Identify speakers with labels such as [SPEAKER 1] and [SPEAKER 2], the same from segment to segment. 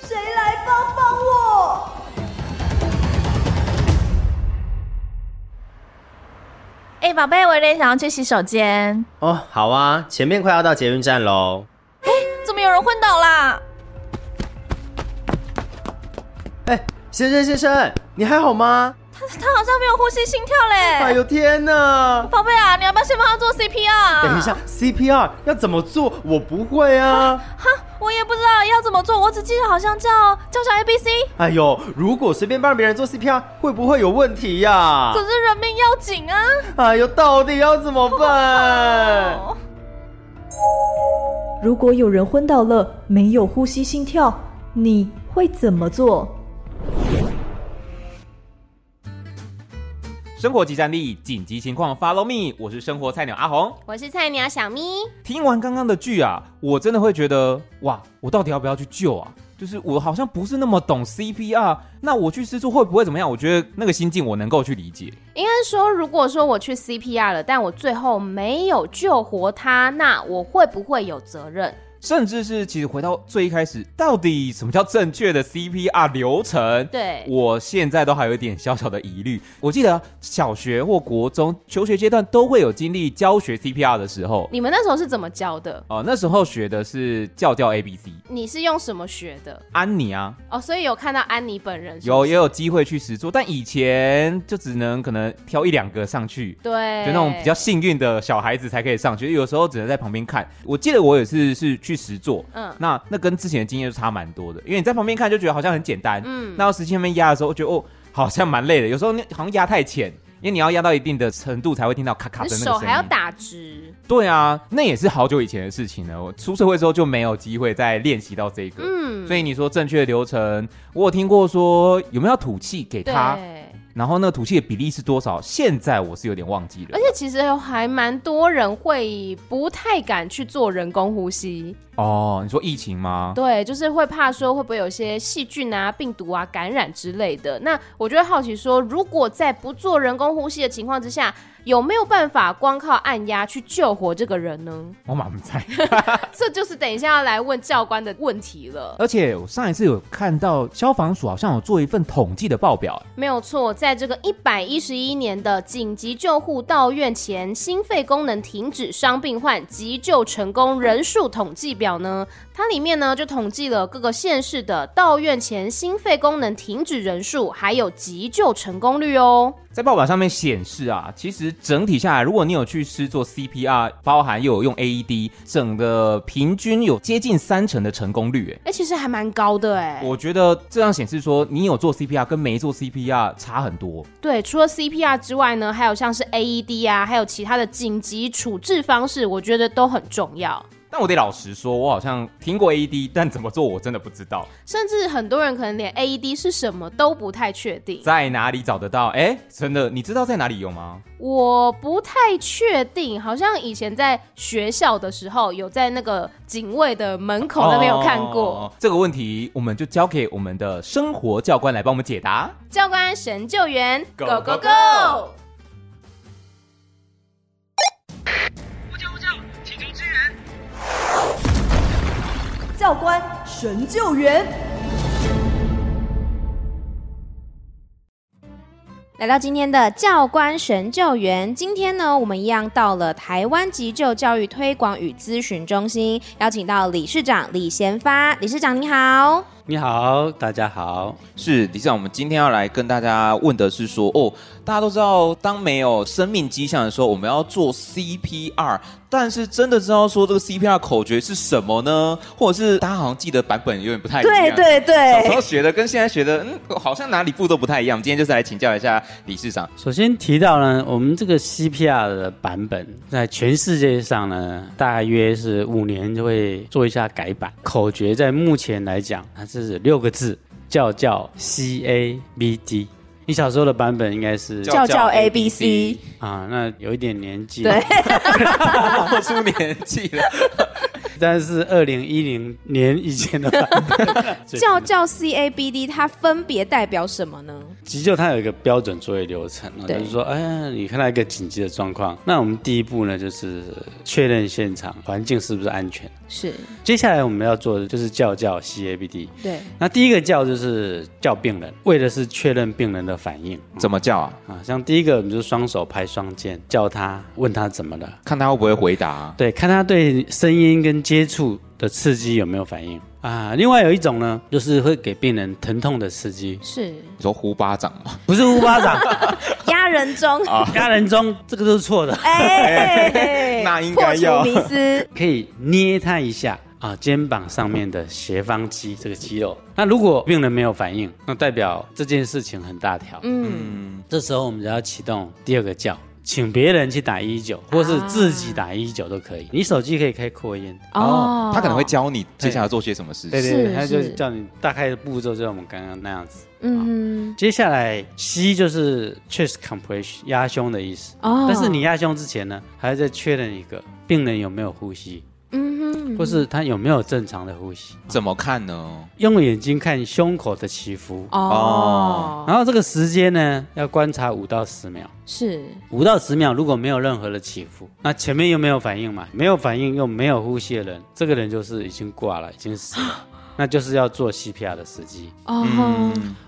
[SPEAKER 1] 谁来帮帮我？
[SPEAKER 2] 哎、宝贝，我有点想要去洗手间，
[SPEAKER 3] 哦，好啊，前面快要到捷运站喽。
[SPEAKER 2] 怎么有人昏倒啦？
[SPEAKER 3] 哎，先生先生，你还好吗？
[SPEAKER 2] 他好像没有呼吸心跳
[SPEAKER 3] 哎
[SPEAKER 2] 嘞。
[SPEAKER 3] 呦天哪！
[SPEAKER 2] 宝贝啊，你要不要先帮他做啊 CPR？
[SPEAKER 3] 等一下，CPR 要怎么做？我不会啊。
[SPEAKER 2] 哈，我也不知道要怎么做，我只记得好像叫叫小 A B C，
[SPEAKER 3] 哎呦，如果随便帮别人做 CPR，会不会有问题呀、
[SPEAKER 2] 可是人命要紧啊。
[SPEAKER 3] 哎呦，到底要怎么办？
[SPEAKER 2] 哦
[SPEAKER 1] 如果有人昏倒了，没有呼吸心跳，你会怎么做？
[SPEAKER 4] 生活即战力，紧急情况 Follow me，我是生活菜鸟阿红。
[SPEAKER 5] 我是菜鸟小咪，
[SPEAKER 4] 听完刚刚的剧啊，我真的会觉得哇，我到底要不要去救啊？就是我好像不是那么懂 CPR，那我去施术会不会怎么样？我觉得那个心境我能够去理解。
[SPEAKER 5] 应该说，如果说我去 CPR 了，但我最后没有救活他，那我会不会有责任？
[SPEAKER 4] 甚至是其实回到最一开始，到底什么叫正确的 CPR 流程？
[SPEAKER 5] 对
[SPEAKER 4] 我现在都还有一点小小的疑虑。我记得小学或国中求学阶段都会有经历教学 CPR 的时候，
[SPEAKER 5] 你们那时候是怎么教的？
[SPEAKER 4] 哦、那时候学的是教教 ABC
[SPEAKER 5] 你是用什么学的？
[SPEAKER 4] 安妮啊，
[SPEAKER 5] 哦，所以有看到安妮本人是不
[SPEAKER 4] 有
[SPEAKER 5] 是
[SPEAKER 4] 也有机会去实做，但以前就只能可能挑一两个上去。
[SPEAKER 5] 对，
[SPEAKER 4] 就那种比较幸运的小孩子才可以上去，有时候只能在旁边看。我记得我有一次是去实做，
[SPEAKER 5] 嗯
[SPEAKER 4] 那那跟之前的经验就差蛮多的，因为你在旁边看就觉得好像很简单，
[SPEAKER 5] 嗯
[SPEAKER 4] 那到实际那边压的时候，我觉得哦好像蛮累的，有时候你好像压太浅，因为你要压到一定的程度才会听到咔咔
[SPEAKER 5] 你
[SPEAKER 4] 的那个
[SPEAKER 5] 手
[SPEAKER 4] 声音。
[SPEAKER 5] 还要打直。
[SPEAKER 4] 对啊，那也是好久以前的事情了。我出社会之后就没有机会再练习到这个，
[SPEAKER 5] 嗯，
[SPEAKER 4] 所以你说正确的流程，我有听过说有没有要吐气给
[SPEAKER 5] 对。
[SPEAKER 4] 他，然后那个吐气的比例是多少？现在我是有点忘记了
[SPEAKER 5] 而。且其实有还蛮多人会不太敢去做人工呼吸，
[SPEAKER 4] 哦，你说疫情吗？
[SPEAKER 5] 对，就是会怕说会不会有一些细菌啊、病毒啊感染之类的。那我就会好奇说，如果在不做人工呼吸的情况之下，有没有办法光靠按压去救活这个人呢？
[SPEAKER 4] 我满不在。
[SPEAKER 5] 这就是等一下要来问教官的问题了。
[SPEAKER 4] 而且我上一次有看到消防署好像有做一份统计的报表，
[SPEAKER 5] 没有错，在这个一百一十一年的紧急救护到院前心肺功能停止伤病患急救成功人数统计表呢，它里面呢就统计了各个县市的到院前心肺功能停止人数，还有急救成功率哦。
[SPEAKER 4] 在报表上面显示啊，其实整体下来，如果你有去施做 CPR，包含又有用 AED，整个平均有接近三成的成功率。
[SPEAKER 5] 哎，其实还蛮高的哎
[SPEAKER 4] 哎，。我觉得这样显示说，你有做 CPR 跟没做 CPR 差很多。
[SPEAKER 5] 对，除了 CPR 之外呢，还有像是 AED 啊，还有其他的紧急处置方式，我觉得都很重要。
[SPEAKER 4] 但我得老实说，我好像听过 AED，但怎么做我真的不知道，
[SPEAKER 5] 甚至很多人可能连 AED 是什么都不太确定。
[SPEAKER 4] 在哪里找得到？哎，真的，你知道在哪里有吗？
[SPEAKER 5] 我不太确定，好像以前在学校的时候，有在那个警卫的门口那边有看过。
[SPEAKER 4] 哦这个问题，我们就交给我们的生活教官来帮我们解答。
[SPEAKER 5] 教官神救援
[SPEAKER 4] Go,
[SPEAKER 5] go
[SPEAKER 4] go,
[SPEAKER 5] go go！
[SPEAKER 1] 教官神救援，
[SPEAKER 5] 来到今天的教官神救援，今天呢，我们一样到了台湾急救教育推广与咨询中心，邀请到理事长李贤发，理事长您好。
[SPEAKER 6] 你好，大家好。
[SPEAKER 7] 是，李长，我们今天要来跟大家问的是说，哦，大家都知道，当没有生命迹象的时候，我们要做 CPR，但是真的知道说这个 CPR 口诀是什么呢？或者是大家好像记得版本有点不
[SPEAKER 2] 哎
[SPEAKER 7] 太一样。
[SPEAKER 1] 对对
[SPEAKER 6] 哎
[SPEAKER 7] 小时候
[SPEAKER 1] 对，
[SPEAKER 7] 学的跟现在学的，嗯，好像哪里步都不太一样。我们今天就是来请教一下理事长。
[SPEAKER 6] 首先提到呢，我们这个 CPR 的版本在全世界上呢，大约是五年就会做一下改版。口诀在目前来讲，它是六个字，叫叫 C A B D。你小时候的版本应该是
[SPEAKER 1] 叫叫 A B C
[SPEAKER 6] 啊，那有一点年纪，
[SPEAKER 1] 对，
[SPEAKER 7] 我出年纪了，
[SPEAKER 6] 但是二零一零年以前的版本所以
[SPEAKER 2] 叫叫 C A B D，它分别代表什么呢？
[SPEAKER 6] 急救它有一个标准作业流程，哦，就
[SPEAKER 2] 对
[SPEAKER 6] 是说，哎呀，你看到一个紧急的状况，那我们第一步呢就是确认现场环境是不是安全。
[SPEAKER 2] 是
[SPEAKER 6] 接下来我们要做的就是叫叫 CABD。
[SPEAKER 2] 对，
[SPEAKER 6] 那第一个叫就是叫病人，为的是确认病人的反应
[SPEAKER 7] 怎么叫啊？
[SPEAKER 6] 啊。像第一个，我们就是双手拍双肩，叫他，问他怎么了，
[SPEAKER 7] 看他会不会回答啊、
[SPEAKER 6] 对，看他对声音跟接触的刺激有没有反应啊。另外有一种呢，就是会给病人疼痛的刺激，
[SPEAKER 2] 是
[SPEAKER 7] 你说呼巴掌啊吗？
[SPEAKER 6] 不是呼巴掌，
[SPEAKER 2] 压人中，
[SPEAKER 6] 压人中，这个都是错的。
[SPEAKER 1] 哎，
[SPEAKER 7] 那应
[SPEAKER 1] 破
[SPEAKER 7] 该
[SPEAKER 1] 除
[SPEAKER 7] 要
[SPEAKER 1] 迷 思，
[SPEAKER 6] 可以捏他一下啊，肩膀上面的斜方肌这个肌肉。那如果病人没有反应，那代表这件事情很大条。
[SPEAKER 2] 嗯，
[SPEAKER 6] 这时候我们就要启动第二个叫，请别人去打一九，
[SPEAKER 2] 啊
[SPEAKER 6] 或是自己打一九都可以。你手机可以开扩音。
[SPEAKER 2] 哦，
[SPEAKER 7] 他可能会教你接下来做些什么事
[SPEAKER 6] 对
[SPEAKER 7] 情。
[SPEAKER 6] 对对，
[SPEAKER 2] 是
[SPEAKER 6] 他就是叫你大概的步骤，就像我们刚刚那样子。
[SPEAKER 2] 嗯
[SPEAKER 6] 接下来 C 就是 chest compression 压胸的意思，
[SPEAKER 2] 哼，哦，
[SPEAKER 6] 但是你压胸之前呢，还要再确认一个病人有没有呼吸，
[SPEAKER 2] 嗯哼，
[SPEAKER 6] 或是他有没有正常的呼吸。
[SPEAKER 7] 怎么看呢？
[SPEAKER 6] 用眼睛看胸口的起伏，
[SPEAKER 2] 哦，
[SPEAKER 6] 然后这个时间呢要观察五到十秒，
[SPEAKER 2] 是
[SPEAKER 6] 五到十秒如果没有任何的起伏，那前面又没有反应嘛，没有反应又没有呼吸的人，这个人就是已经挂了，已经死 了，那就是要做 CPR 的时机
[SPEAKER 2] 哦，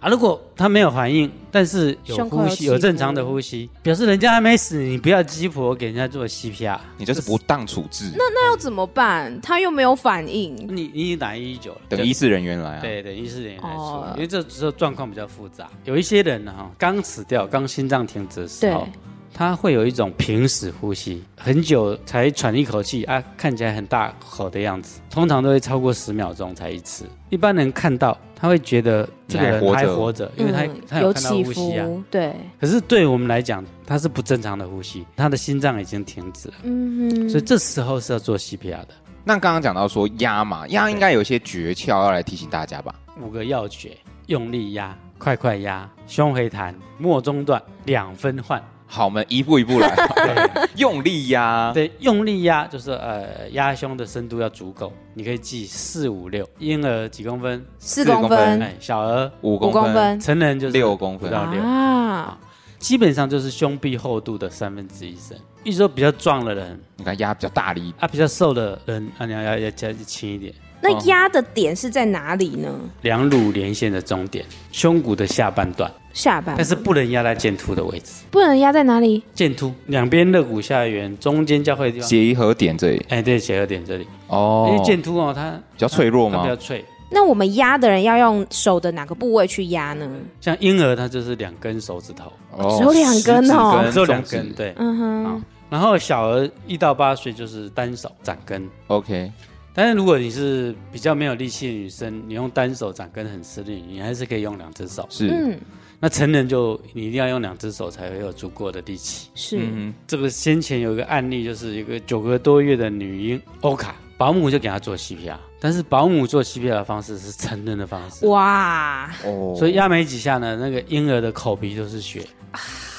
[SPEAKER 6] 啊。如果他没有反应，但是有
[SPEAKER 2] 胸口有
[SPEAKER 6] 呼
[SPEAKER 2] 起
[SPEAKER 6] 吸，
[SPEAKER 2] 伏
[SPEAKER 6] 有正常的呼吸，表示人家还没死，你不要鸡婆给人家做 CPR，
[SPEAKER 7] 你就是不当处置，
[SPEAKER 2] 那要怎么办？他又没有反应，
[SPEAKER 6] 你你已经打一一九了，
[SPEAKER 7] 等医师人员来啊。
[SPEAKER 6] 对，等医师人员来说
[SPEAKER 2] 哦，
[SPEAKER 6] 因为这时候状况比较复杂。有一些人呢，哈，刚死掉，刚心脏停止的时候
[SPEAKER 2] 对，
[SPEAKER 6] 他会有一种平死呼吸，很久才喘一口气啊，看起来很大口的样子，通常都会超过十秒钟才一次。一般人看到他会觉得这个
[SPEAKER 7] 你
[SPEAKER 6] 人
[SPEAKER 7] 还活
[SPEAKER 6] 还
[SPEAKER 7] 着
[SPEAKER 6] 活着，因为他
[SPEAKER 2] 嗯
[SPEAKER 6] 他有
[SPEAKER 2] 有
[SPEAKER 6] 看到
[SPEAKER 2] 起
[SPEAKER 6] 呼吸啊。
[SPEAKER 2] 伏，对，
[SPEAKER 6] 可是对我们来讲，他是不正常的呼吸，他的心脏已经停止了，
[SPEAKER 2] 嗯哼，
[SPEAKER 6] 所以这时候是要做 CPR 的。
[SPEAKER 7] 那刚刚讲到说压嘛，压应该有一些诀窍要来提醒大家吧？
[SPEAKER 6] 五个要诀：用力压、快快压、胸回弹、莫中断、两分换。
[SPEAKER 7] 好，我们一步一步来，啊
[SPEAKER 6] 对
[SPEAKER 7] 用力压。
[SPEAKER 6] 对，用力压就是呃压胸的深度要足够，你可以记四五六。婴儿几公分？
[SPEAKER 2] 四
[SPEAKER 7] 公
[SPEAKER 2] 公
[SPEAKER 7] 分
[SPEAKER 2] 分，
[SPEAKER 6] 哎，小儿
[SPEAKER 7] 五
[SPEAKER 2] 五
[SPEAKER 7] 公
[SPEAKER 2] 公
[SPEAKER 7] 分，
[SPEAKER 2] 分
[SPEAKER 6] 成人就是
[SPEAKER 7] 六公
[SPEAKER 6] 五
[SPEAKER 7] 分
[SPEAKER 6] 到六，
[SPEAKER 2] 啊，
[SPEAKER 6] 基本上就是胸壁厚度的三分之一深。一说比较壮的人
[SPEAKER 7] 你看压比较大力，
[SPEAKER 6] 啊，比较瘦的人啊，你要要要加轻一点。
[SPEAKER 2] 那压的点是在哪里呢？
[SPEAKER 6] 两乳连线的终点，胸骨的下半段，
[SPEAKER 2] 下半
[SPEAKER 6] 但是不能压在剑突的位置。
[SPEAKER 2] 不能压在哪里？
[SPEAKER 6] 剑突两边肋骨下缘中间交汇的地方，
[SPEAKER 7] 结合点这里
[SPEAKER 6] 哎，对，结合点这里，
[SPEAKER 7] 哦，
[SPEAKER 6] 因为剑突哦，它
[SPEAKER 7] 比较脆弱
[SPEAKER 6] 它
[SPEAKER 7] 吗
[SPEAKER 6] 比较？脆，
[SPEAKER 2] 那我们压的人要用手的哪个部位去压呢？
[SPEAKER 6] 像婴儿它就是两根手指头，
[SPEAKER 7] 哦
[SPEAKER 2] 只有两根哦
[SPEAKER 7] 食指跟
[SPEAKER 6] 只有两
[SPEAKER 7] 中
[SPEAKER 6] 根，
[SPEAKER 7] 指
[SPEAKER 6] 对。
[SPEAKER 2] 嗯
[SPEAKER 6] 好
[SPEAKER 2] 哼，
[SPEAKER 6] 然后小儿一到八岁就是单手掌根，
[SPEAKER 7] OK，
[SPEAKER 6] 但是如果你是比较没有力气的女生，你用单手掌根很吃力，你还是可以用两只手。
[SPEAKER 7] 是，
[SPEAKER 2] 嗯，
[SPEAKER 6] 那成人就你一定要用两只手才会有足够的力气。
[SPEAKER 2] 是
[SPEAKER 7] 嗯
[SPEAKER 6] 这个先前有一个案例，就是一个九个多月的女婴欧卡，保姆就给她做 CPR，但是保姆做 CPR 的方式是成人的方式。
[SPEAKER 2] 哇，
[SPEAKER 7] 哼，哦
[SPEAKER 6] 所以压没几下呢，那个婴儿的口鼻都是血，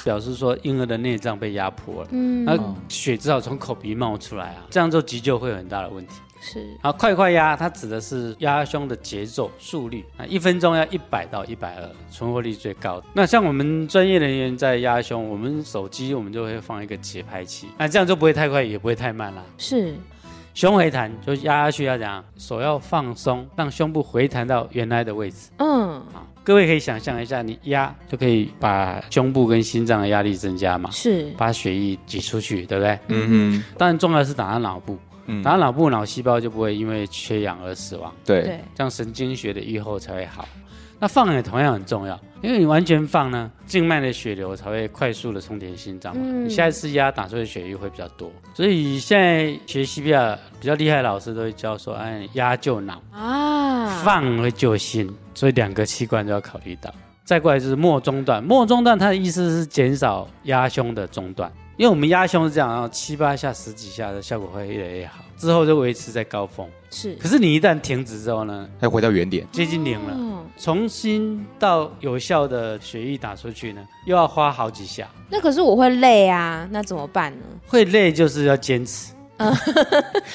[SPEAKER 6] 表示说婴儿的内脏被压迫了。
[SPEAKER 2] 啊嗯，
[SPEAKER 6] 那血至少从口鼻冒出来啊，这样做急救会有很大的问题。
[SPEAKER 2] 是
[SPEAKER 6] 啊，快快压，它指的是压胸的节奏、速率啊，一分钟要一百到一百二，存活率最高。那像我们专业人员在压胸，我们手机我们就会放一个节拍器，那这样就不会太快，也不会太慢啦。
[SPEAKER 2] 是，
[SPEAKER 6] 胸回弹就压下去，要怎样？手要放松，让胸部回弹到原来的位置。
[SPEAKER 2] 嗯，
[SPEAKER 6] 啊，各位可以想象一下，你压就可以把胸部跟心脏的压力增加嘛，
[SPEAKER 2] 是
[SPEAKER 6] 把血液挤出去，对不对？
[SPEAKER 7] 嗯
[SPEAKER 6] 当然重要的是打到脑部，
[SPEAKER 7] 嗯
[SPEAKER 6] 然后脑部脑细胞就不会因为缺氧而死亡，
[SPEAKER 7] 对
[SPEAKER 2] 对，
[SPEAKER 6] 这样神经学的预后才会好。那放也同样很重要，因为你完全放呢，静脉的血流才会快速的充填心脏嘛。
[SPEAKER 2] 嗯
[SPEAKER 6] 你下一次压打出的血液会比较多，所以现在学 CPR 比较厉害的老师都会教说，哎，压救脑，
[SPEAKER 2] 啊，
[SPEAKER 6] 放会救心，所以两个器官都要考虑到。再过来就是末中段，末中段它的意思是减少压胸的中段，因为我们压胸是这样，然后七八下、十几下的效果会越来越好，之后就维持在高峰。
[SPEAKER 2] 是
[SPEAKER 6] 可是你一旦停止之后呢，
[SPEAKER 7] 还回到原点，
[SPEAKER 6] 接近零了，
[SPEAKER 2] 嗯，
[SPEAKER 6] 重新到有效的血液打出去呢，又要花好几下，
[SPEAKER 2] 那可是我会累啊，那怎么办呢？
[SPEAKER 6] 会累就是要坚持，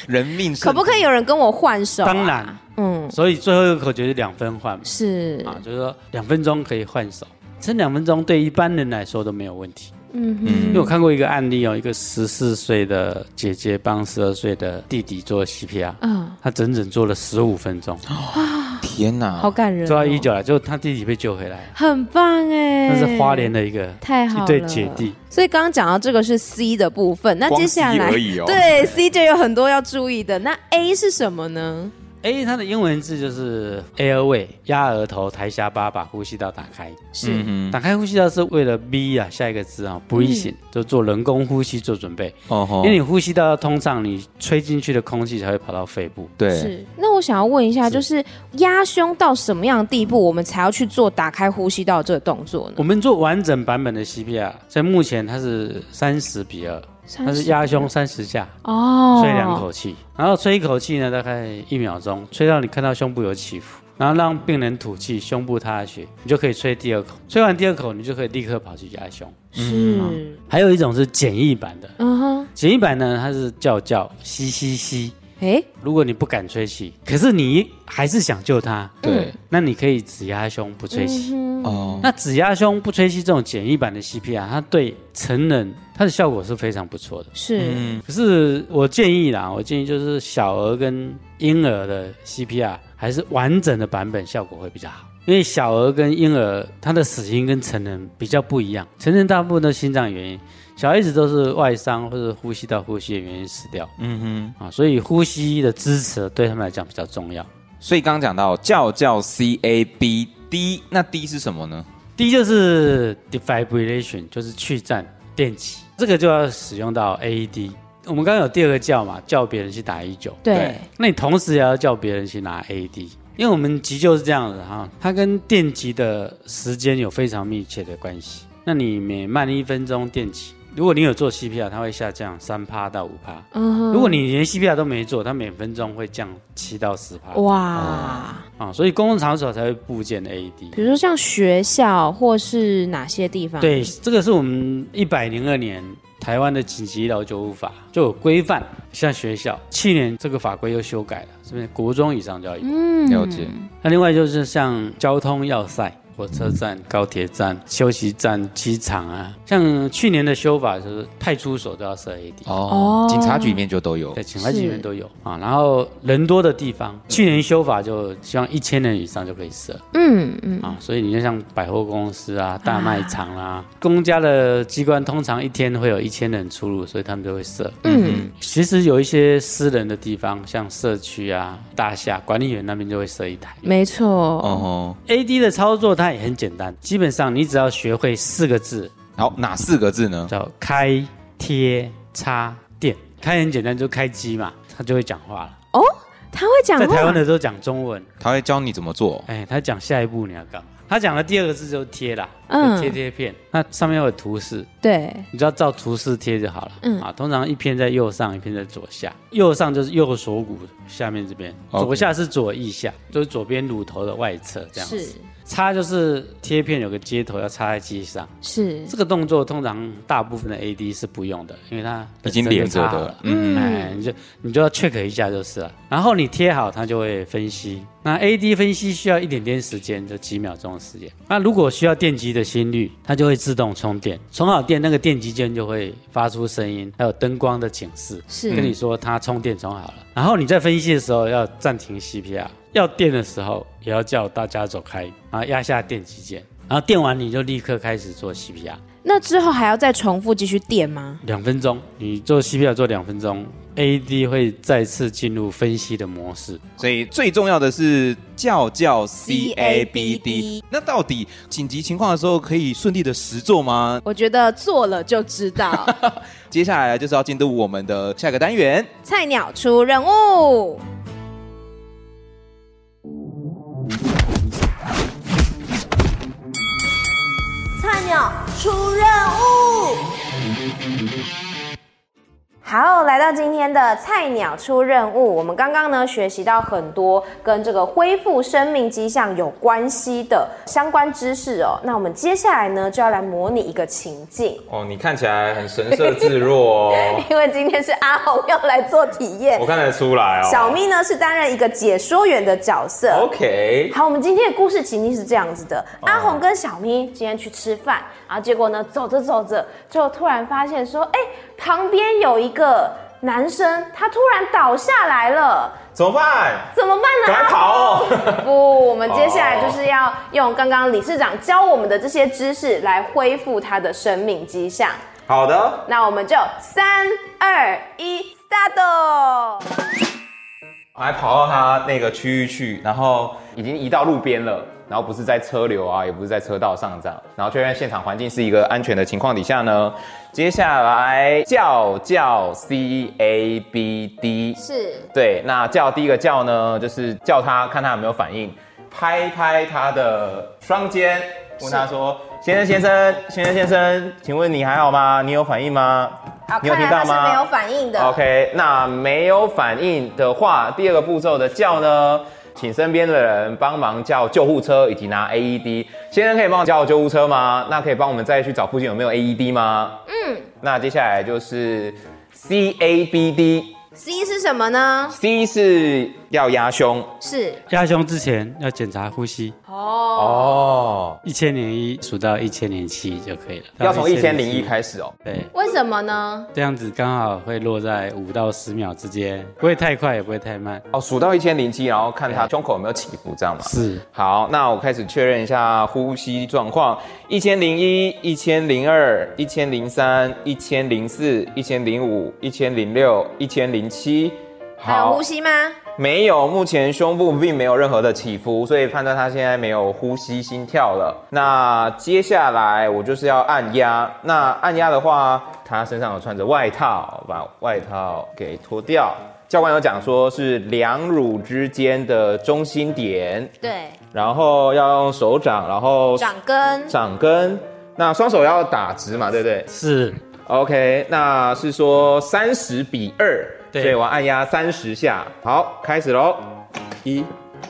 [SPEAKER 7] 人命胜
[SPEAKER 2] 可不可以有人跟我换手、
[SPEAKER 6] 当，然，
[SPEAKER 2] 嗯，
[SPEAKER 6] 所以最后一个口诀是两分换嘛，
[SPEAKER 2] 啊是，
[SPEAKER 6] 啊，就是说两分钟可以换手，撑两分钟对一般人来说都没有问题。
[SPEAKER 2] 嗯哼
[SPEAKER 7] 嗯
[SPEAKER 6] 因为我看过一个案例哦，一个十四岁的姐姐帮十二岁的弟弟做 CPR，
[SPEAKER 2] 啊，
[SPEAKER 6] 她整整做了十五分钟，
[SPEAKER 7] 天哪
[SPEAKER 2] 好！感人、哦，
[SPEAKER 6] 做到一九来，最后她弟弟被救回来，
[SPEAKER 2] 很棒哎，
[SPEAKER 6] 那是花莲的一个
[SPEAKER 2] 太好了，嗯
[SPEAKER 6] 一对姐弟。
[SPEAKER 2] 所以刚刚讲到这个是 C 的部分，那接下
[SPEAKER 7] 光
[SPEAKER 2] 来
[SPEAKER 7] 吸而已哦
[SPEAKER 2] 对 C 就有很多要注意的。那 A 是什么呢？
[SPEAKER 6] A 它的英文字就是 airway，压额头，抬下巴，把呼吸道打开。
[SPEAKER 2] 是、
[SPEAKER 7] 嗯
[SPEAKER 6] 打开呼吸道是为了 B 啊，下一个字啊、breathing，、就
[SPEAKER 2] 嗯
[SPEAKER 6] 做人工呼吸做准备，
[SPEAKER 7] 哼，哦吼
[SPEAKER 6] 因为你呼吸道要通畅，你吹进去的空气才会跑到肺部。
[SPEAKER 7] 对，
[SPEAKER 2] 是。那我想要问一下，就是压胸到什么样的地步，我们才要去做打开呼吸道这个动作呢
[SPEAKER 6] 我？们做完整版本的 CPR，在目前它是三十比二，它是压胸三十下，
[SPEAKER 2] 哦，
[SPEAKER 6] 吹两口气，然后吹一口气呢，大概一秒钟，吹到你看到胸部有起伏，然后让病人吐气，胸部塌血，你就可以吹第二口。吹完第二口，你就可以立刻跑去压胸。嗯
[SPEAKER 2] 是，
[SPEAKER 6] 还有一种是简易版的，
[SPEAKER 2] 嗯哼，
[SPEAKER 6] 简易版呢，它是叫叫吸吸吸。
[SPEAKER 2] 哎，
[SPEAKER 6] 如果你不敢吹气，可是你还是想救他，
[SPEAKER 7] 对，
[SPEAKER 6] 那你可以只压胸不吹气。
[SPEAKER 2] 嗯哼
[SPEAKER 7] 哦，
[SPEAKER 6] 那指压胸不吹气这种简易版的 CPR，它对成人它的效果是非常不错的。
[SPEAKER 2] 是
[SPEAKER 7] 嗯，
[SPEAKER 6] 可是我建议啦，我建议就是小儿跟婴儿的 CPR 还是完整的版本效果会比较好，因为小儿跟婴儿他的死因跟成人比较不一样，成人大部分都是心脏原因，小孩子都是外伤或者呼吸道呼吸的原因死掉。嗯哼，啊，所以呼吸的支持对他们来讲比较重要。
[SPEAKER 7] 所以刚刚讲到叫叫 C A B D，那 D 是什么呢？
[SPEAKER 6] 第一就是 defibrillation，就是去颤电击，这个就要使用到 AED。我们刚刚有第二个叫嘛，叫别人去打一九，
[SPEAKER 2] 对
[SPEAKER 7] 对，
[SPEAKER 6] 那你同时也要叫别人去拿 AED，因为我们急救是这样子哈，它跟电击的时间有非常密切的关系。那你每慢一分钟电击，如果你有做 CPR，它会下降三趴到五趴。
[SPEAKER 2] 嗯哼
[SPEAKER 6] 如果你连 CPR 都没做，它每分钟会降七到十趴
[SPEAKER 2] 哇，
[SPEAKER 6] 啊，所以公共场所才会部件 E AED。
[SPEAKER 2] 比如说像学校或是哪些地方？
[SPEAKER 6] 对，这个是我们一百零二年台湾的紧急医疗救护法就有规范，像学校去年这个法规又修改了，是不是国中以上就要有？
[SPEAKER 2] 嗯
[SPEAKER 7] 了解，
[SPEAKER 6] 那另外就是像交通要塞、火车站、高铁站、休息站、机场啊，像去年的修法就是派出所都要设 AED。
[SPEAKER 7] 哦，警察局里面就都有
[SPEAKER 6] 对，，警察局
[SPEAKER 2] 是
[SPEAKER 6] 里面都有啊。然后人多的地方，去年修法就希望一千人以上就可以设。
[SPEAKER 2] 嗯嗯，
[SPEAKER 6] 啊，所以你就像百货公司啊、大卖场啦、公家的机关通常一天会有一千人出入，所以他们就会设。嗯，其实有一些私人的地方，像社区啊、大厦，管理员那边就会设一台。
[SPEAKER 2] 没错，
[SPEAKER 7] 哦吼，
[SPEAKER 6] AD 的操作它也很简单，基本上你只要学会四个字，
[SPEAKER 7] 好，哪四个字呢？
[SPEAKER 6] 叫开、贴、插、电。开很简单，就开机嘛，它就会讲话了。
[SPEAKER 2] 他会讲
[SPEAKER 6] 在台
[SPEAKER 2] 话
[SPEAKER 6] 湾，的都讲中文，
[SPEAKER 7] 他会教你怎么做，
[SPEAKER 6] 哎，他讲下一步你要干嘛？他讲的第二个字就是贴啦，
[SPEAKER 2] 嗯
[SPEAKER 6] 就贴贴片，那上面会有图示，
[SPEAKER 2] 对，
[SPEAKER 6] 你只要照图示贴就好了。
[SPEAKER 2] 嗯
[SPEAKER 6] 啊，通常一篇在右上，一篇在左下。右上就是右锁骨下面这边，
[SPEAKER 7] OK
[SPEAKER 6] 左下是左腋下，就是左边乳头的外侧这样子。
[SPEAKER 2] 是
[SPEAKER 6] 插就是贴片有个接头要插在机上，
[SPEAKER 2] 是
[SPEAKER 6] 这个动作通常大部分的 AD 是不用的，因为它
[SPEAKER 7] 已经连着
[SPEAKER 6] 本身就插好
[SPEAKER 7] 的
[SPEAKER 6] 了，。
[SPEAKER 7] 嗯，
[SPEAKER 6] 哎，你就你就要 check 一下就是了，然后你贴好，它就会分析。那 AD 分析需要一点点时间，就几秒钟的时间。那如果需要电极的心率，它就会自动充电，充好电，那个电极键就会发出声音，还有灯光的警示，
[SPEAKER 2] 是
[SPEAKER 6] 跟你说它充电充好了。然后你在分析的时候要暂停 CPR，要电的时候也要叫大家走开，然后压下电极键，然后电完你就立刻开始做 CPR。
[SPEAKER 5] 那之后还要再重复继续垫吗？
[SPEAKER 6] 两分钟，你做 CPR 做两分钟，AED 会再次进入分析的模式。
[SPEAKER 7] 所以最重要的是叫叫 CABD。那到底紧急情况的时候可以顺利的实做吗？
[SPEAKER 5] 我觉得做了就知道。
[SPEAKER 7] 接下来啊就是要进入我们的下个单元。
[SPEAKER 5] 菜鸟出任务，
[SPEAKER 1] 菜鸟出任务。
[SPEAKER 2] 好，来到今天的菜鸟出任务，我们刚刚呢学习到很多跟这个恢复生命迹象有关系的相关知识哦。那我们接下来呢就要来模拟一个情境，
[SPEAKER 4] 哦，你看起来很神色自若 哦，
[SPEAKER 2] 因为今天是阿红要来做体验
[SPEAKER 4] 我，看得出来哦。
[SPEAKER 2] 小咪呢是担任一个解说员的角色。
[SPEAKER 4] ，OK，
[SPEAKER 2] 好，我们今天的故事情境是这样子的：
[SPEAKER 4] 哦
[SPEAKER 2] 阿红跟小咪今天去吃饭，然啊后结果呢，走着走着就突然发现说，哎、旁边有一个男生，他突然倒下来了，
[SPEAKER 4] 怎么办？
[SPEAKER 2] 怎么办呢、
[SPEAKER 4] 赶快跑 哦！
[SPEAKER 2] 不，我们接下来就是要用刚刚理事长教我们的这些知识来恢复他的生命迹象。
[SPEAKER 4] 好的，
[SPEAKER 2] 那我们就三二一，start！
[SPEAKER 4] 还跑到他那个区域去，然后已经移到路边了，然后不是在车流啊，也不是在车道上这样，然后确认现场环境是一个安全的情况底下呢，接下来叫叫 C A B D
[SPEAKER 2] 是
[SPEAKER 4] 对，那叫第一个叫呢，就是叫他看他有没有反应，拍拍他的双肩，问他 说：“先生，先生，先生，先生，请问你还好吗？你有反应吗？你有听到吗？”
[SPEAKER 2] 没有反应的。
[SPEAKER 4] OK，那没有反应的话，第二个步骤的叫呢，请身边的人帮忙叫救护车以及拿 AED。先生可以帮我叫救护车吗？那可以帮我们再去找附近有没有 AED 吗？嗯，那接下来就是 CABD。
[SPEAKER 2] C 是什么呢？
[SPEAKER 4] C 是要压胸
[SPEAKER 2] 是
[SPEAKER 6] 压胸之前要检查呼吸，
[SPEAKER 4] 哦，
[SPEAKER 6] 一千零一数到一千零七就可以了。
[SPEAKER 4] 要从一千零一
[SPEAKER 6] 1007，
[SPEAKER 4] 开始哦。
[SPEAKER 6] 对，
[SPEAKER 2] 为什么呢？
[SPEAKER 6] 这样子刚好会落在五到十秒之间，不会太快，也不会太慢。
[SPEAKER 4] 哦，数到一千零七，然后看他胸口有没有起伏，这样嘛。
[SPEAKER 6] 是，
[SPEAKER 4] 好，那我开始确认一下呼吸状况：一千零一、一千零二、一千零三、一千零四、一千零五、一千零六、一千零七。
[SPEAKER 2] 还有
[SPEAKER 4] 好
[SPEAKER 2] 呼，吸吗？
[SPEAKER 4] 没有，目前胸部并没有任何的起伏，所以判断他现在没有呼吸心跳了。那接下来我就是要按压，那按压的话，他身上有穿着外套，把外套给脱掉。教官有讲说是两乳之间的中心点，
[SPEAKER 2] 对，
[SPEAKER 4] 然后要用手掌，然后
[SPEAKER 2] 掌根
[SPEAKER 4] 掌根，那双手要打直嘛，对不对
[SPEAKER 6] 是，
[SPEAKER 4] ？OK，那是说三十比二，所
[SPEAKER 6] 对
[SPEAKER 4] 以我要按压三十下。好，开始喽，一、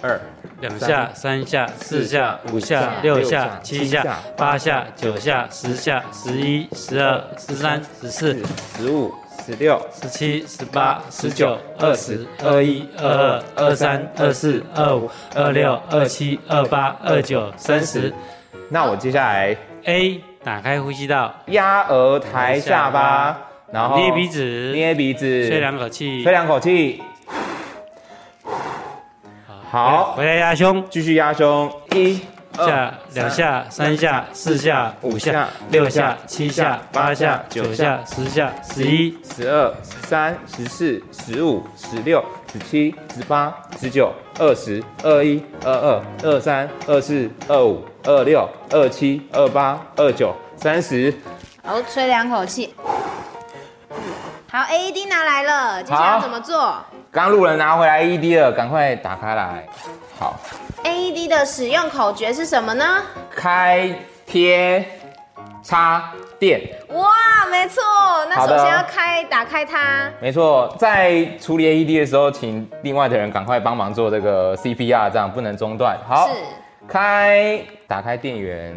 [SPEAKER 4] 二，
[SPEAKER 6] 两下、三下、四下、五下、六下、七下、八下、九下、十下、十一、十二、十三、十四、
[SPEAKER 4] 十五、十六、
[SPEAKER 6] 十七、十八、十九、二十、二一、二二、二三、二四、二五、二六、二七、二八、二九、三十。
[SPEAKER 4] 那我接下来
[SPEAKER 6] A 打开呼吸道，
[SPEAKER 4] 压额抬下巴，然后
[SPEAKER 6] 捏鼻子
[SPEAKER 4] 捏鼻子，
[SPEAKER 6] 吹两口气，
[SPEAKER 4] 吹两口气。好，
[SPEAKER 6] 回来压胸，
[SPEAKER 4] 继续压胸，一、
[SPEAKER 6] 下两下、三下、四下、五下、六下、七下、八下、九下、十下、十一。
[SPEAKER 4] 十二、十三、十四、十五、十六、十七、十八、十九、二十、二一、二二、二三、二四、二五、二六、二七、二八、二九、三十。
[SPEAKER 2] 好，吹两口气。好，AED 拿来了，接下来要怎么做
[SPEAKER 4] 刚路人拿回来 ED 了，赶快打开来。好，
[SPEAKER 2] ？AED 的使用口诀是什么呢？
[SPEAKER 4] 开贴插电。
[SPEAKER 2] 哇，没错，那
[SPEAKER 4] 好
[SPEAKER 2] 首
[SPEAKER 4] 的
[SPEAKER 2] 先要开打开它。
[SPEAKER 4] 没错，在处理 AED 的时候，请另外的人赶快帮忙做这个 CPR，这样不能中断。好，
[SPEAKER 2] 是
[SPEAKER 4] 开，打开电源。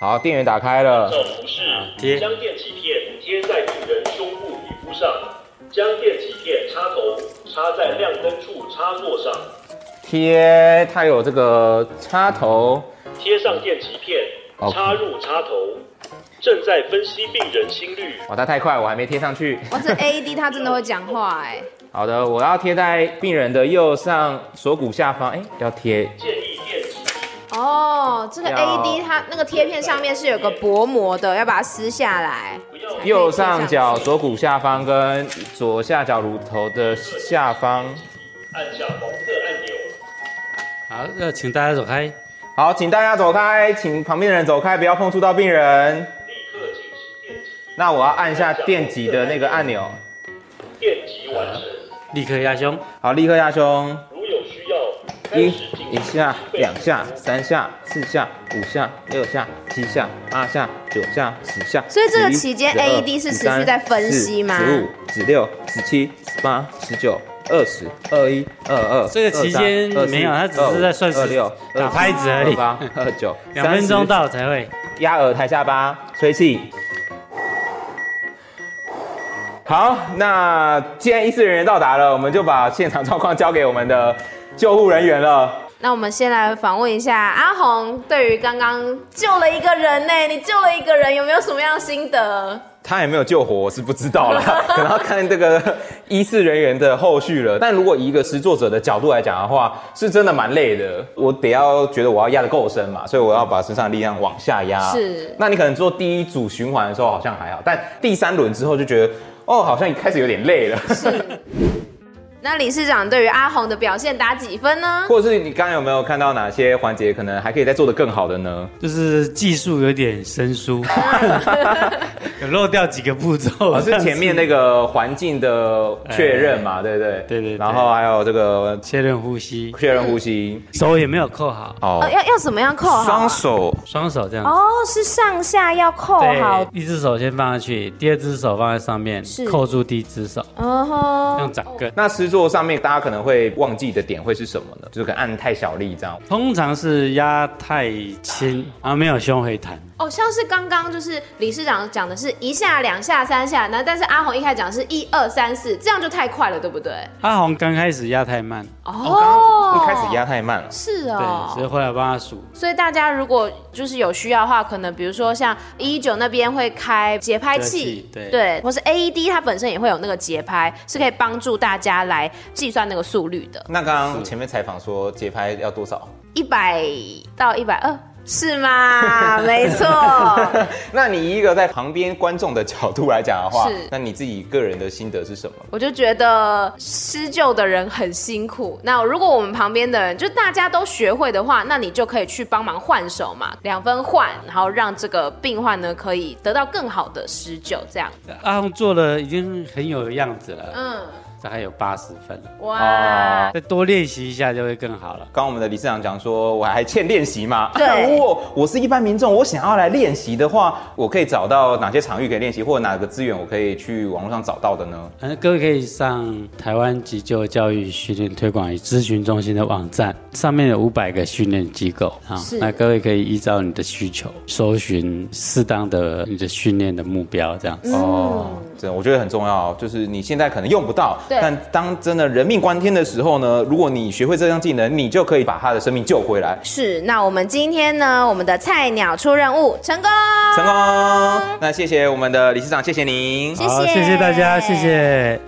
[SPEAKER 4] 好，电源打开了。
[SPEAKER 8] 照服式，
[SPEAKER 6] 贴
[SPEAKER 8] 将电极片贴在病人胸部皮肤上，将电极片插头插在亮灯处插座上，
[SPEAKER 4] 贴，它有这个插头。
[SPEAKER 8] 贴上电极片
[SPEAKER 4] OK，
[SPEAKER 8] 插入插头。正在分析病人心率，
[SPEAKER 4] 哇，它太快，我还没贴上去。
[SPEAKER 2] 哇， 这 AED 它真的会讲话哎、
[SPEAKER 4] 好的，我要贴在病人的右上锁骨下方。哎，要贴。
[SPEAKER 8] 建议电极
[SPEAKER 5] 哦，这个
[SPEAKER 4] 要
[SPEAKER 5] AD 它那个贴片上面是有个薄膜的，要把它撕下来。
[SPEAKER 4] 右上角锁骨下方跟左下角乳头的下方。
[SPEAKER 8] 按下黄色按钮。
[SPEAKER 6] 好，那请大家走开。
[SPEAKER 4] 好，请大家走开，请旁边的人走开，不要碰触到病人。那我要按下电极的那个按钮。
[SPEAKER 8] 电极完成，
[SPEAKER 6] 立刻压胸，
[SPEAKER 4] 好，立刻压胸，
[SPEAKER 8] 如有需要，开
[SPEAKER 4] 一
[SPEAKER 8] 始进行
[SPEAKER 4] 一下、
[SPEAKER 8] 准备
[SPEAKER 4] 两下、三下、四下、五下、六下、七下、八下、九下、十下。
[SPEAKER 5] 所以这个
[SPEAKER 4] 11
[SPEAKER 5] 期间
[SPEAKER 4] 12
[SPEAKER 5] AED 是持续在分析吗
[SPEAKER 4] 13十五、十六、十七、十八、十九。二十二一二二，
[SPEAKER 6] 这个期间没有他只是在算时
[SPEAKER 4] 二六
[SPEAKER 6] 打拍子而已
[SPEAKER 4] 八二九，
[SPEAKER 6] 两分钟到才会。
[SPEAKER 4] 压耳抬下巴，吹气。好，那既然医师人员到达了，我们就把现场状况交给我们的救护人员了。
[SPEAKER 5] 那我们先来访问一下阿红，对于刚刚救了一个人呢、你救了一个人，有没有什么样的心得？
[SPEAKER 4] 他有没有救活，我是不知道啦，可能要看这个医事人员的后续了。但如果以一个实作者的角度来讲的话，是真的蛮累的。我得要觉得我要压得够深嘛，所以我要把身上的力量往下压。
[SPEAKER 5] 是
[SPEAKER 4] 那你可能做第一组循环的时候好像还好，但第三轮之后就觉得，哦，好像开始有点累了。
[SPEAKER 5] 那理事长对于阿红的表现打几分 呢？
[SPEAKER 4] 或者是你刚刚有没有看到哪些环节可能还可以再做得更好的呢？
[SPEAKER 6] 就是技术有点生 疏，有漏掉几个步骤。
[SPEAKER 4] 哦，是前面那个环境的确认嘛，对不对？
[SPEAKER 6] 哎对对对
[SPEAKER 4] 然后还有这个
[SPEAKER 6] 确认呼吸，
[SPEAKER 4] 确认呼吸。
[SPEAKER 6] 手也没有扣好，
[SPEAKER 4] 哦
[SPEAKER 5] 呃，要要怎么样扣
[SPEAKER 2] 啊
[SPEAKER 5] 好、
[SPEAKER 4] 双。手
[SPEAKER 6] 双手这样子。
[SPEAKER 5] 哦，是上下要扣好
[SPEAKER 6] 对，。一只手先放下去，第二只手放在上面，扣住第一只手，
[SPEAKER 5] 嗯
[SPEAKER 6] 这
[SPEAKER 5] 哼，
[SPEAKER 6] 样掌根。
[SPEAKER 4] 那诗作上面大家可能会忘记的点会是什么呢？就是可能按太小力这样。
[SPEAKER 6] 通常是压太轻，
[SPEAKER 5] 啊
[SPEAKER 6] 然后没有胸回弹。
[SPEAKER 5] 哦，像是刚刚就是理事长讲的是一下、两下、三下，那但是阿红一开始讲的是一二三四，这样就太快了，对不对？
[SPEAKER 6] 阿红刚开始压太慢，
[SPEAKER 4] 哦，刚刚一开始压太慢了。
[SPEAKER 5] 是
[SPEAKER 6] 对，所以
[SPEAKER 5] 哦。
[SPEAKER 6] 后来帮他数。
[SPEAKER 5] 所以大家如果就是有需要的话，可能比如说像一九那边会开节拍器，
[SPEAKER 6] 节拍器对
[SPEAKER 5] 或是 AED 它本身也会有那个节拍，是可以帮助大家来计算那个速率的，
[SPEAKER 4] 那刚刚前面采访说节拍要多少？
[SPEAKER 5] 一百到一百二，是吗？没错，
[SPEAKER 4] 那你以一个在旁边观众的角度来讲的话
[SPEAKER 5] 是，
[SPEAKER 4] 那你自己个人的心得是什么？
[SPEAKER 5] 我就觉得施救的人很辛苦。那如果我们旁边的人就大家都学会的话，那你就可以去帮忙换手嘛，两分换，然后让这个病患呢可以得到更好的施救。这样，
[SPEAKER 6] 阿红做了已经很有样子了，
[SPEAKER 5] 嗯，
[SPEAKER 6] 大概有八十分了，
[SPEAKER 5] 哇，
[SPEAKER 6] 再多练习一下就会更好了。
[SPEAKER 4] 啊刚刚我们的理事长讲说，我还欠练习嘛？
[SPEAKER 5] 对
[SPEAKER 4] 如果我是一般民众，我想要来练习的话，我可以找到哪些场域可以练习，或者哪个资源我可以去网络上找到的呢？
[SPEAKER 6] 反正呃各位可以上台湾急救教育训练推广与咨询中心的网站，上面有五百个训练机构啊。那各位可以依照你的需求，搜寻适当的你的训练的目标，这样子。
[SPEAKER 4] 哦，真的，我觉得很重要，就是你现在可能用不到，
[SPEAKER 5] 对
[SPEAKER 4] 但当真的人命关天的时候呢，如果你学会这项技能，你就可以把他的生命救回来，
[SPEAKER 5] 是。那我们今天呢，我们的菜鸟出任务成功，
[SPEAKER 4] 成功。那谢谢我们的理事长，谢谢您。
[SPEAKER 6] 好，谢谢大家，谢谢。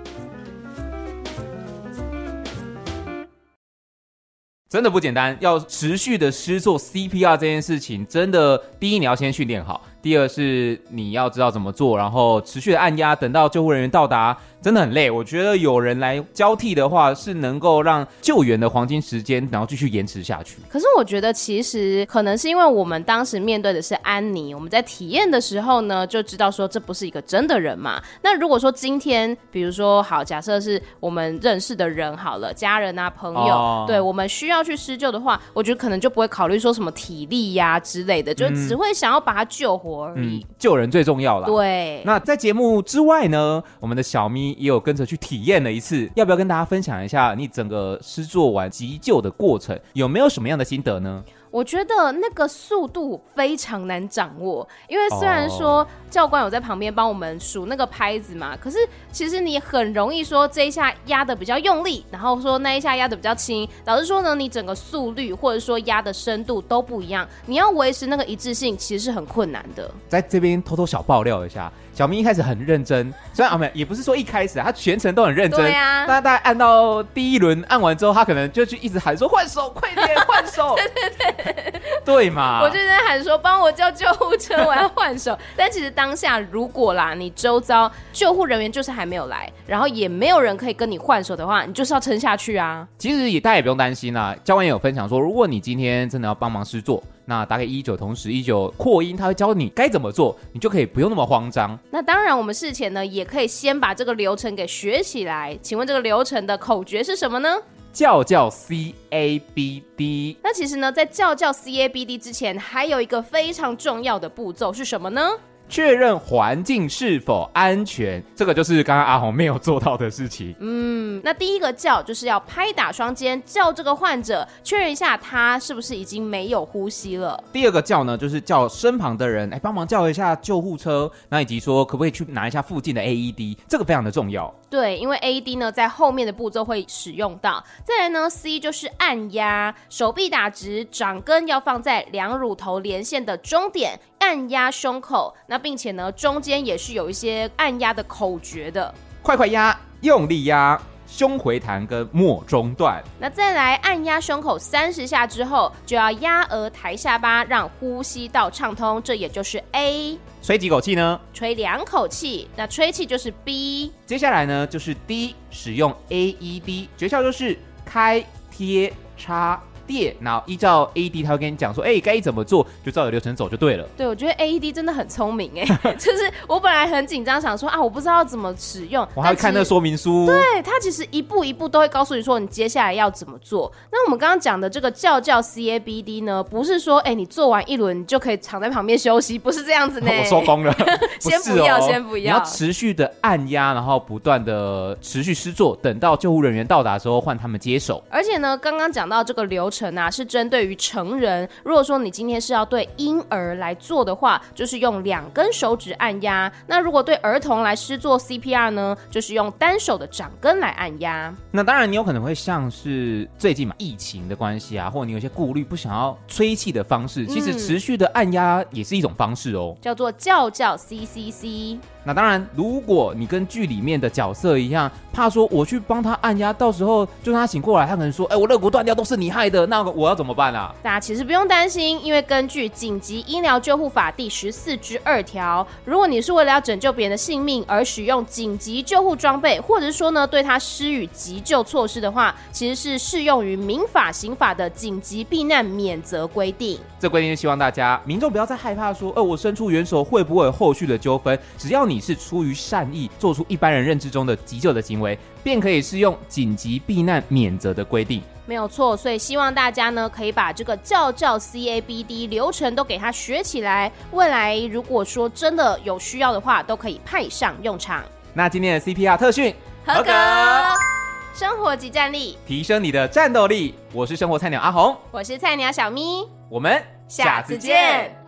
[SPEAKER 9] 真的不简单，要持续的施做 CPR 这件事情，真的第一你要先训练好，第二是你要知道怎么做，然后持续的按压，等到救护人员到达，真的很累。我觉得有人来交替的话，是能够让救援的黄金时间，然后继续延迟下去。
[SPEAKER 2] 可是我觉得，其实可能是因为我们当时面对的是安妮，我们在体验的时候呢，就知道说这不是一个真的人嘛。那如果说今天，比如说好，假设是我们认识的人好了，家人啊、朋友，
[SPEAKER 9] 哦
[SPEAKER 2] 对我们需要去施救的话，我觉得可能就不会考虑说什么体力呀、之类的，就只会想要把他救活而
[SPEAKER 9] 嗯
[SPEAKER 2] 已。，
[SPEAKER 9] 救人最重要啦。
[SPEAKER 2] 对，
[SPEAKER 9] 那在节目之外呢，我们的小咪也有跟着去体验了一次，要不要跟大家分享一下你整个施做完急救的过程，有没有什么样的心得呢？
[SPEAKER 2] 我觉得那个速度非常难掌握，因为虽然说教官有在旁边帮我们数那个拍子嘛，可是其实你很容易说这一下压的比较用力，然后说那一下压的比较轻。老实说呢，你整个速率或者说压的深度都不一样，你要维持那个一致性其实是很困难的。
[SPEAKER 9] 在这边偷偷小爆料一下，小明一开始很认真，虽然啊没有，也不是说一开始啊，他全程都很认真。
[SPEAKER 2] 对啊
[SPEAKER 9] 但大概按到第一轮按完之后，他可能就去一直喊说换手，快点换手。对对对。
[SPEAKER 4] 对嘛？
[SPEAKER 5] 我就在喊说帮我叫救护车，我要换手。但其实当下如果啦，你周遭救护人员就是还没有来，然后也没有人可以跟你换手的话，你就是要撑下去啊。
[SPEAKER 4] 其实也大家也不用担心啦。教官也有分享说，如果你今天真的要帮忙施作，那打给一九，同时一九扩音，他会教你该怎么做，你就可以不用那么慌张。
[SPEAKER 5] 那当然，我们事前呢也可以先把这个流程给学起来。请问这个流程的口诀是什么呢？
[SPEAKER 4] 叫叫 C A B D，
[SPEAKER 5] 那其实呢，在叫叫 C A B D 之前，还有一个非常重要的步骤是什么呢？
[SPEAKER 4] 确认环境是否安全，这个就是刚刚阿红没有做到的事情。
[SPEAKER 5] 嗯，那第一个叫就是要拍打双肩，叫这个患者确认一下他是不是已经没有呼吸了。
[SPEAKER 4] 第二个叫呢，就是叫身旁的人，哎，帮忙叫一下救护车，那以及说可不可以去拿一下附近的 AED，这个非常的重要。
[SPEAKER 5] 对，因为 A D 呢在后面的步骤会使用到。再来呢，C 就是按压，手臂打直，掌根要放在两乳头连线的中点，按压胸口。那并且呢，中间也是有一些按压的口诀的。
[SPEAKER 4] 快快压，用力压，胸回弹跟末中断。
[SPEAKER 5] 那再来按压胸口三十下之后，就要压额抬下巴，让呼吸道畅通，这也就是 A。
[SPEAKER 4] 吹几口气呢？
[SPEAKER 5] 吹两口气，那吹气就是 B。
[SPEAKER 4] 接下来呢，就是 D，使用 AED，诀窍就是开、贴、插、电。然后依照 AED，他会跟你讲说，哎、该怎么做，就照着流程走就对了。
[SPEAKER 5] 对，我觉得 AED 真的很聪明哎， 就是我本来很紧张，想说啊，我不知道怎么使用，
[SPEAKER 4] 我还会
[SPEAKER 5] 但
[SPEAKER 4] 看那
[SPEAKER 5] 其
[SPEAKER 4] 个
[SPEAKER 5] 实
[SPEAKER 4] 说明书。
[SPEAKER 5] 对，它其实一步一步都会告诉你说你接下来要怎么做。那我们刚刚讲的这个叫叫 CABD 呢，不是说哎、你做完一轮你就可以躺在旁边休息，不是这样子 呢。
[SPEAKER 4] 我收工 了，
[SPEAKER 5] 先
[SPEAKER 4] 是
[SPEAKER 5] 不要
[SPEAKER 4] 哦
[SPEAKER 5] 先不
[SPEAKER 4] 你
[SPEAKER 5] 要
[SPEAKER 4] 要持续的按压，然后不断的持续施作，等到救护人员到达的时候换他们接手。
[SPEAKER 5] 而且呢，刚刚讲到这个流程啊，是针对于成人。如果说你今天是要对婴儿来做的话，就是用两根手指按压；那如果对儿童来施做 CPR 呢，就是用单手的掌根来按压。
[SPEAKER 4] 那当然，你有可能会像是最近嘛疫情的关系啊，或者你有一些顾虑，不想要吹气的方式，其实
[SPEAKER 5] 嗯
[SPEAKER 4] 持续的按压也是一种方式哦。
[SPEAKER 5] 叫做叫叫 CCC，
[SPEAKER 4] 那当然，如果你跟剧里面的角色一样，怕说我去帮他按压，到时候就算他醒过来，他可能说：“哎、我肋骨断掉都是你害的，那我要怎么办啊
[SPEAKER 5] 大家其实不用担心，因为根据《紧急医疗救护法》第十四之二条，如果你是为了要拯救别人的性命而使用紧急救护装备，或者说呢对他施予急救措施的话，其实是适用于民法、刑法的紧急避难免责规定。？”
[SPEAKER 4] 这关键是希望大家民众不要再害怕说：“呃，我伸出援手会不会有后续的纠纷？”只要你是出于善意，做出一般人认知中的急救的行为，便可以适用紧急避难免责的规定。
[SPEAKER 5] 没有错，所以希望大家呢可以把这个教教 CABD 流程都给它学起来，未来如果说真的有需要的话，都可以派上用场。
[SPEAKER 4] 那今天的 CPR 特训
[SPEAKER 5] 合格，生活即战力，
[SPEAKER 4] 提升你的战斗力。我是生活菜鸟阿红，
[SPEAKER 5] 我是菜鸟小咪，
[SPEAKER 4] 我们
[SPEAKER 5] 下次见。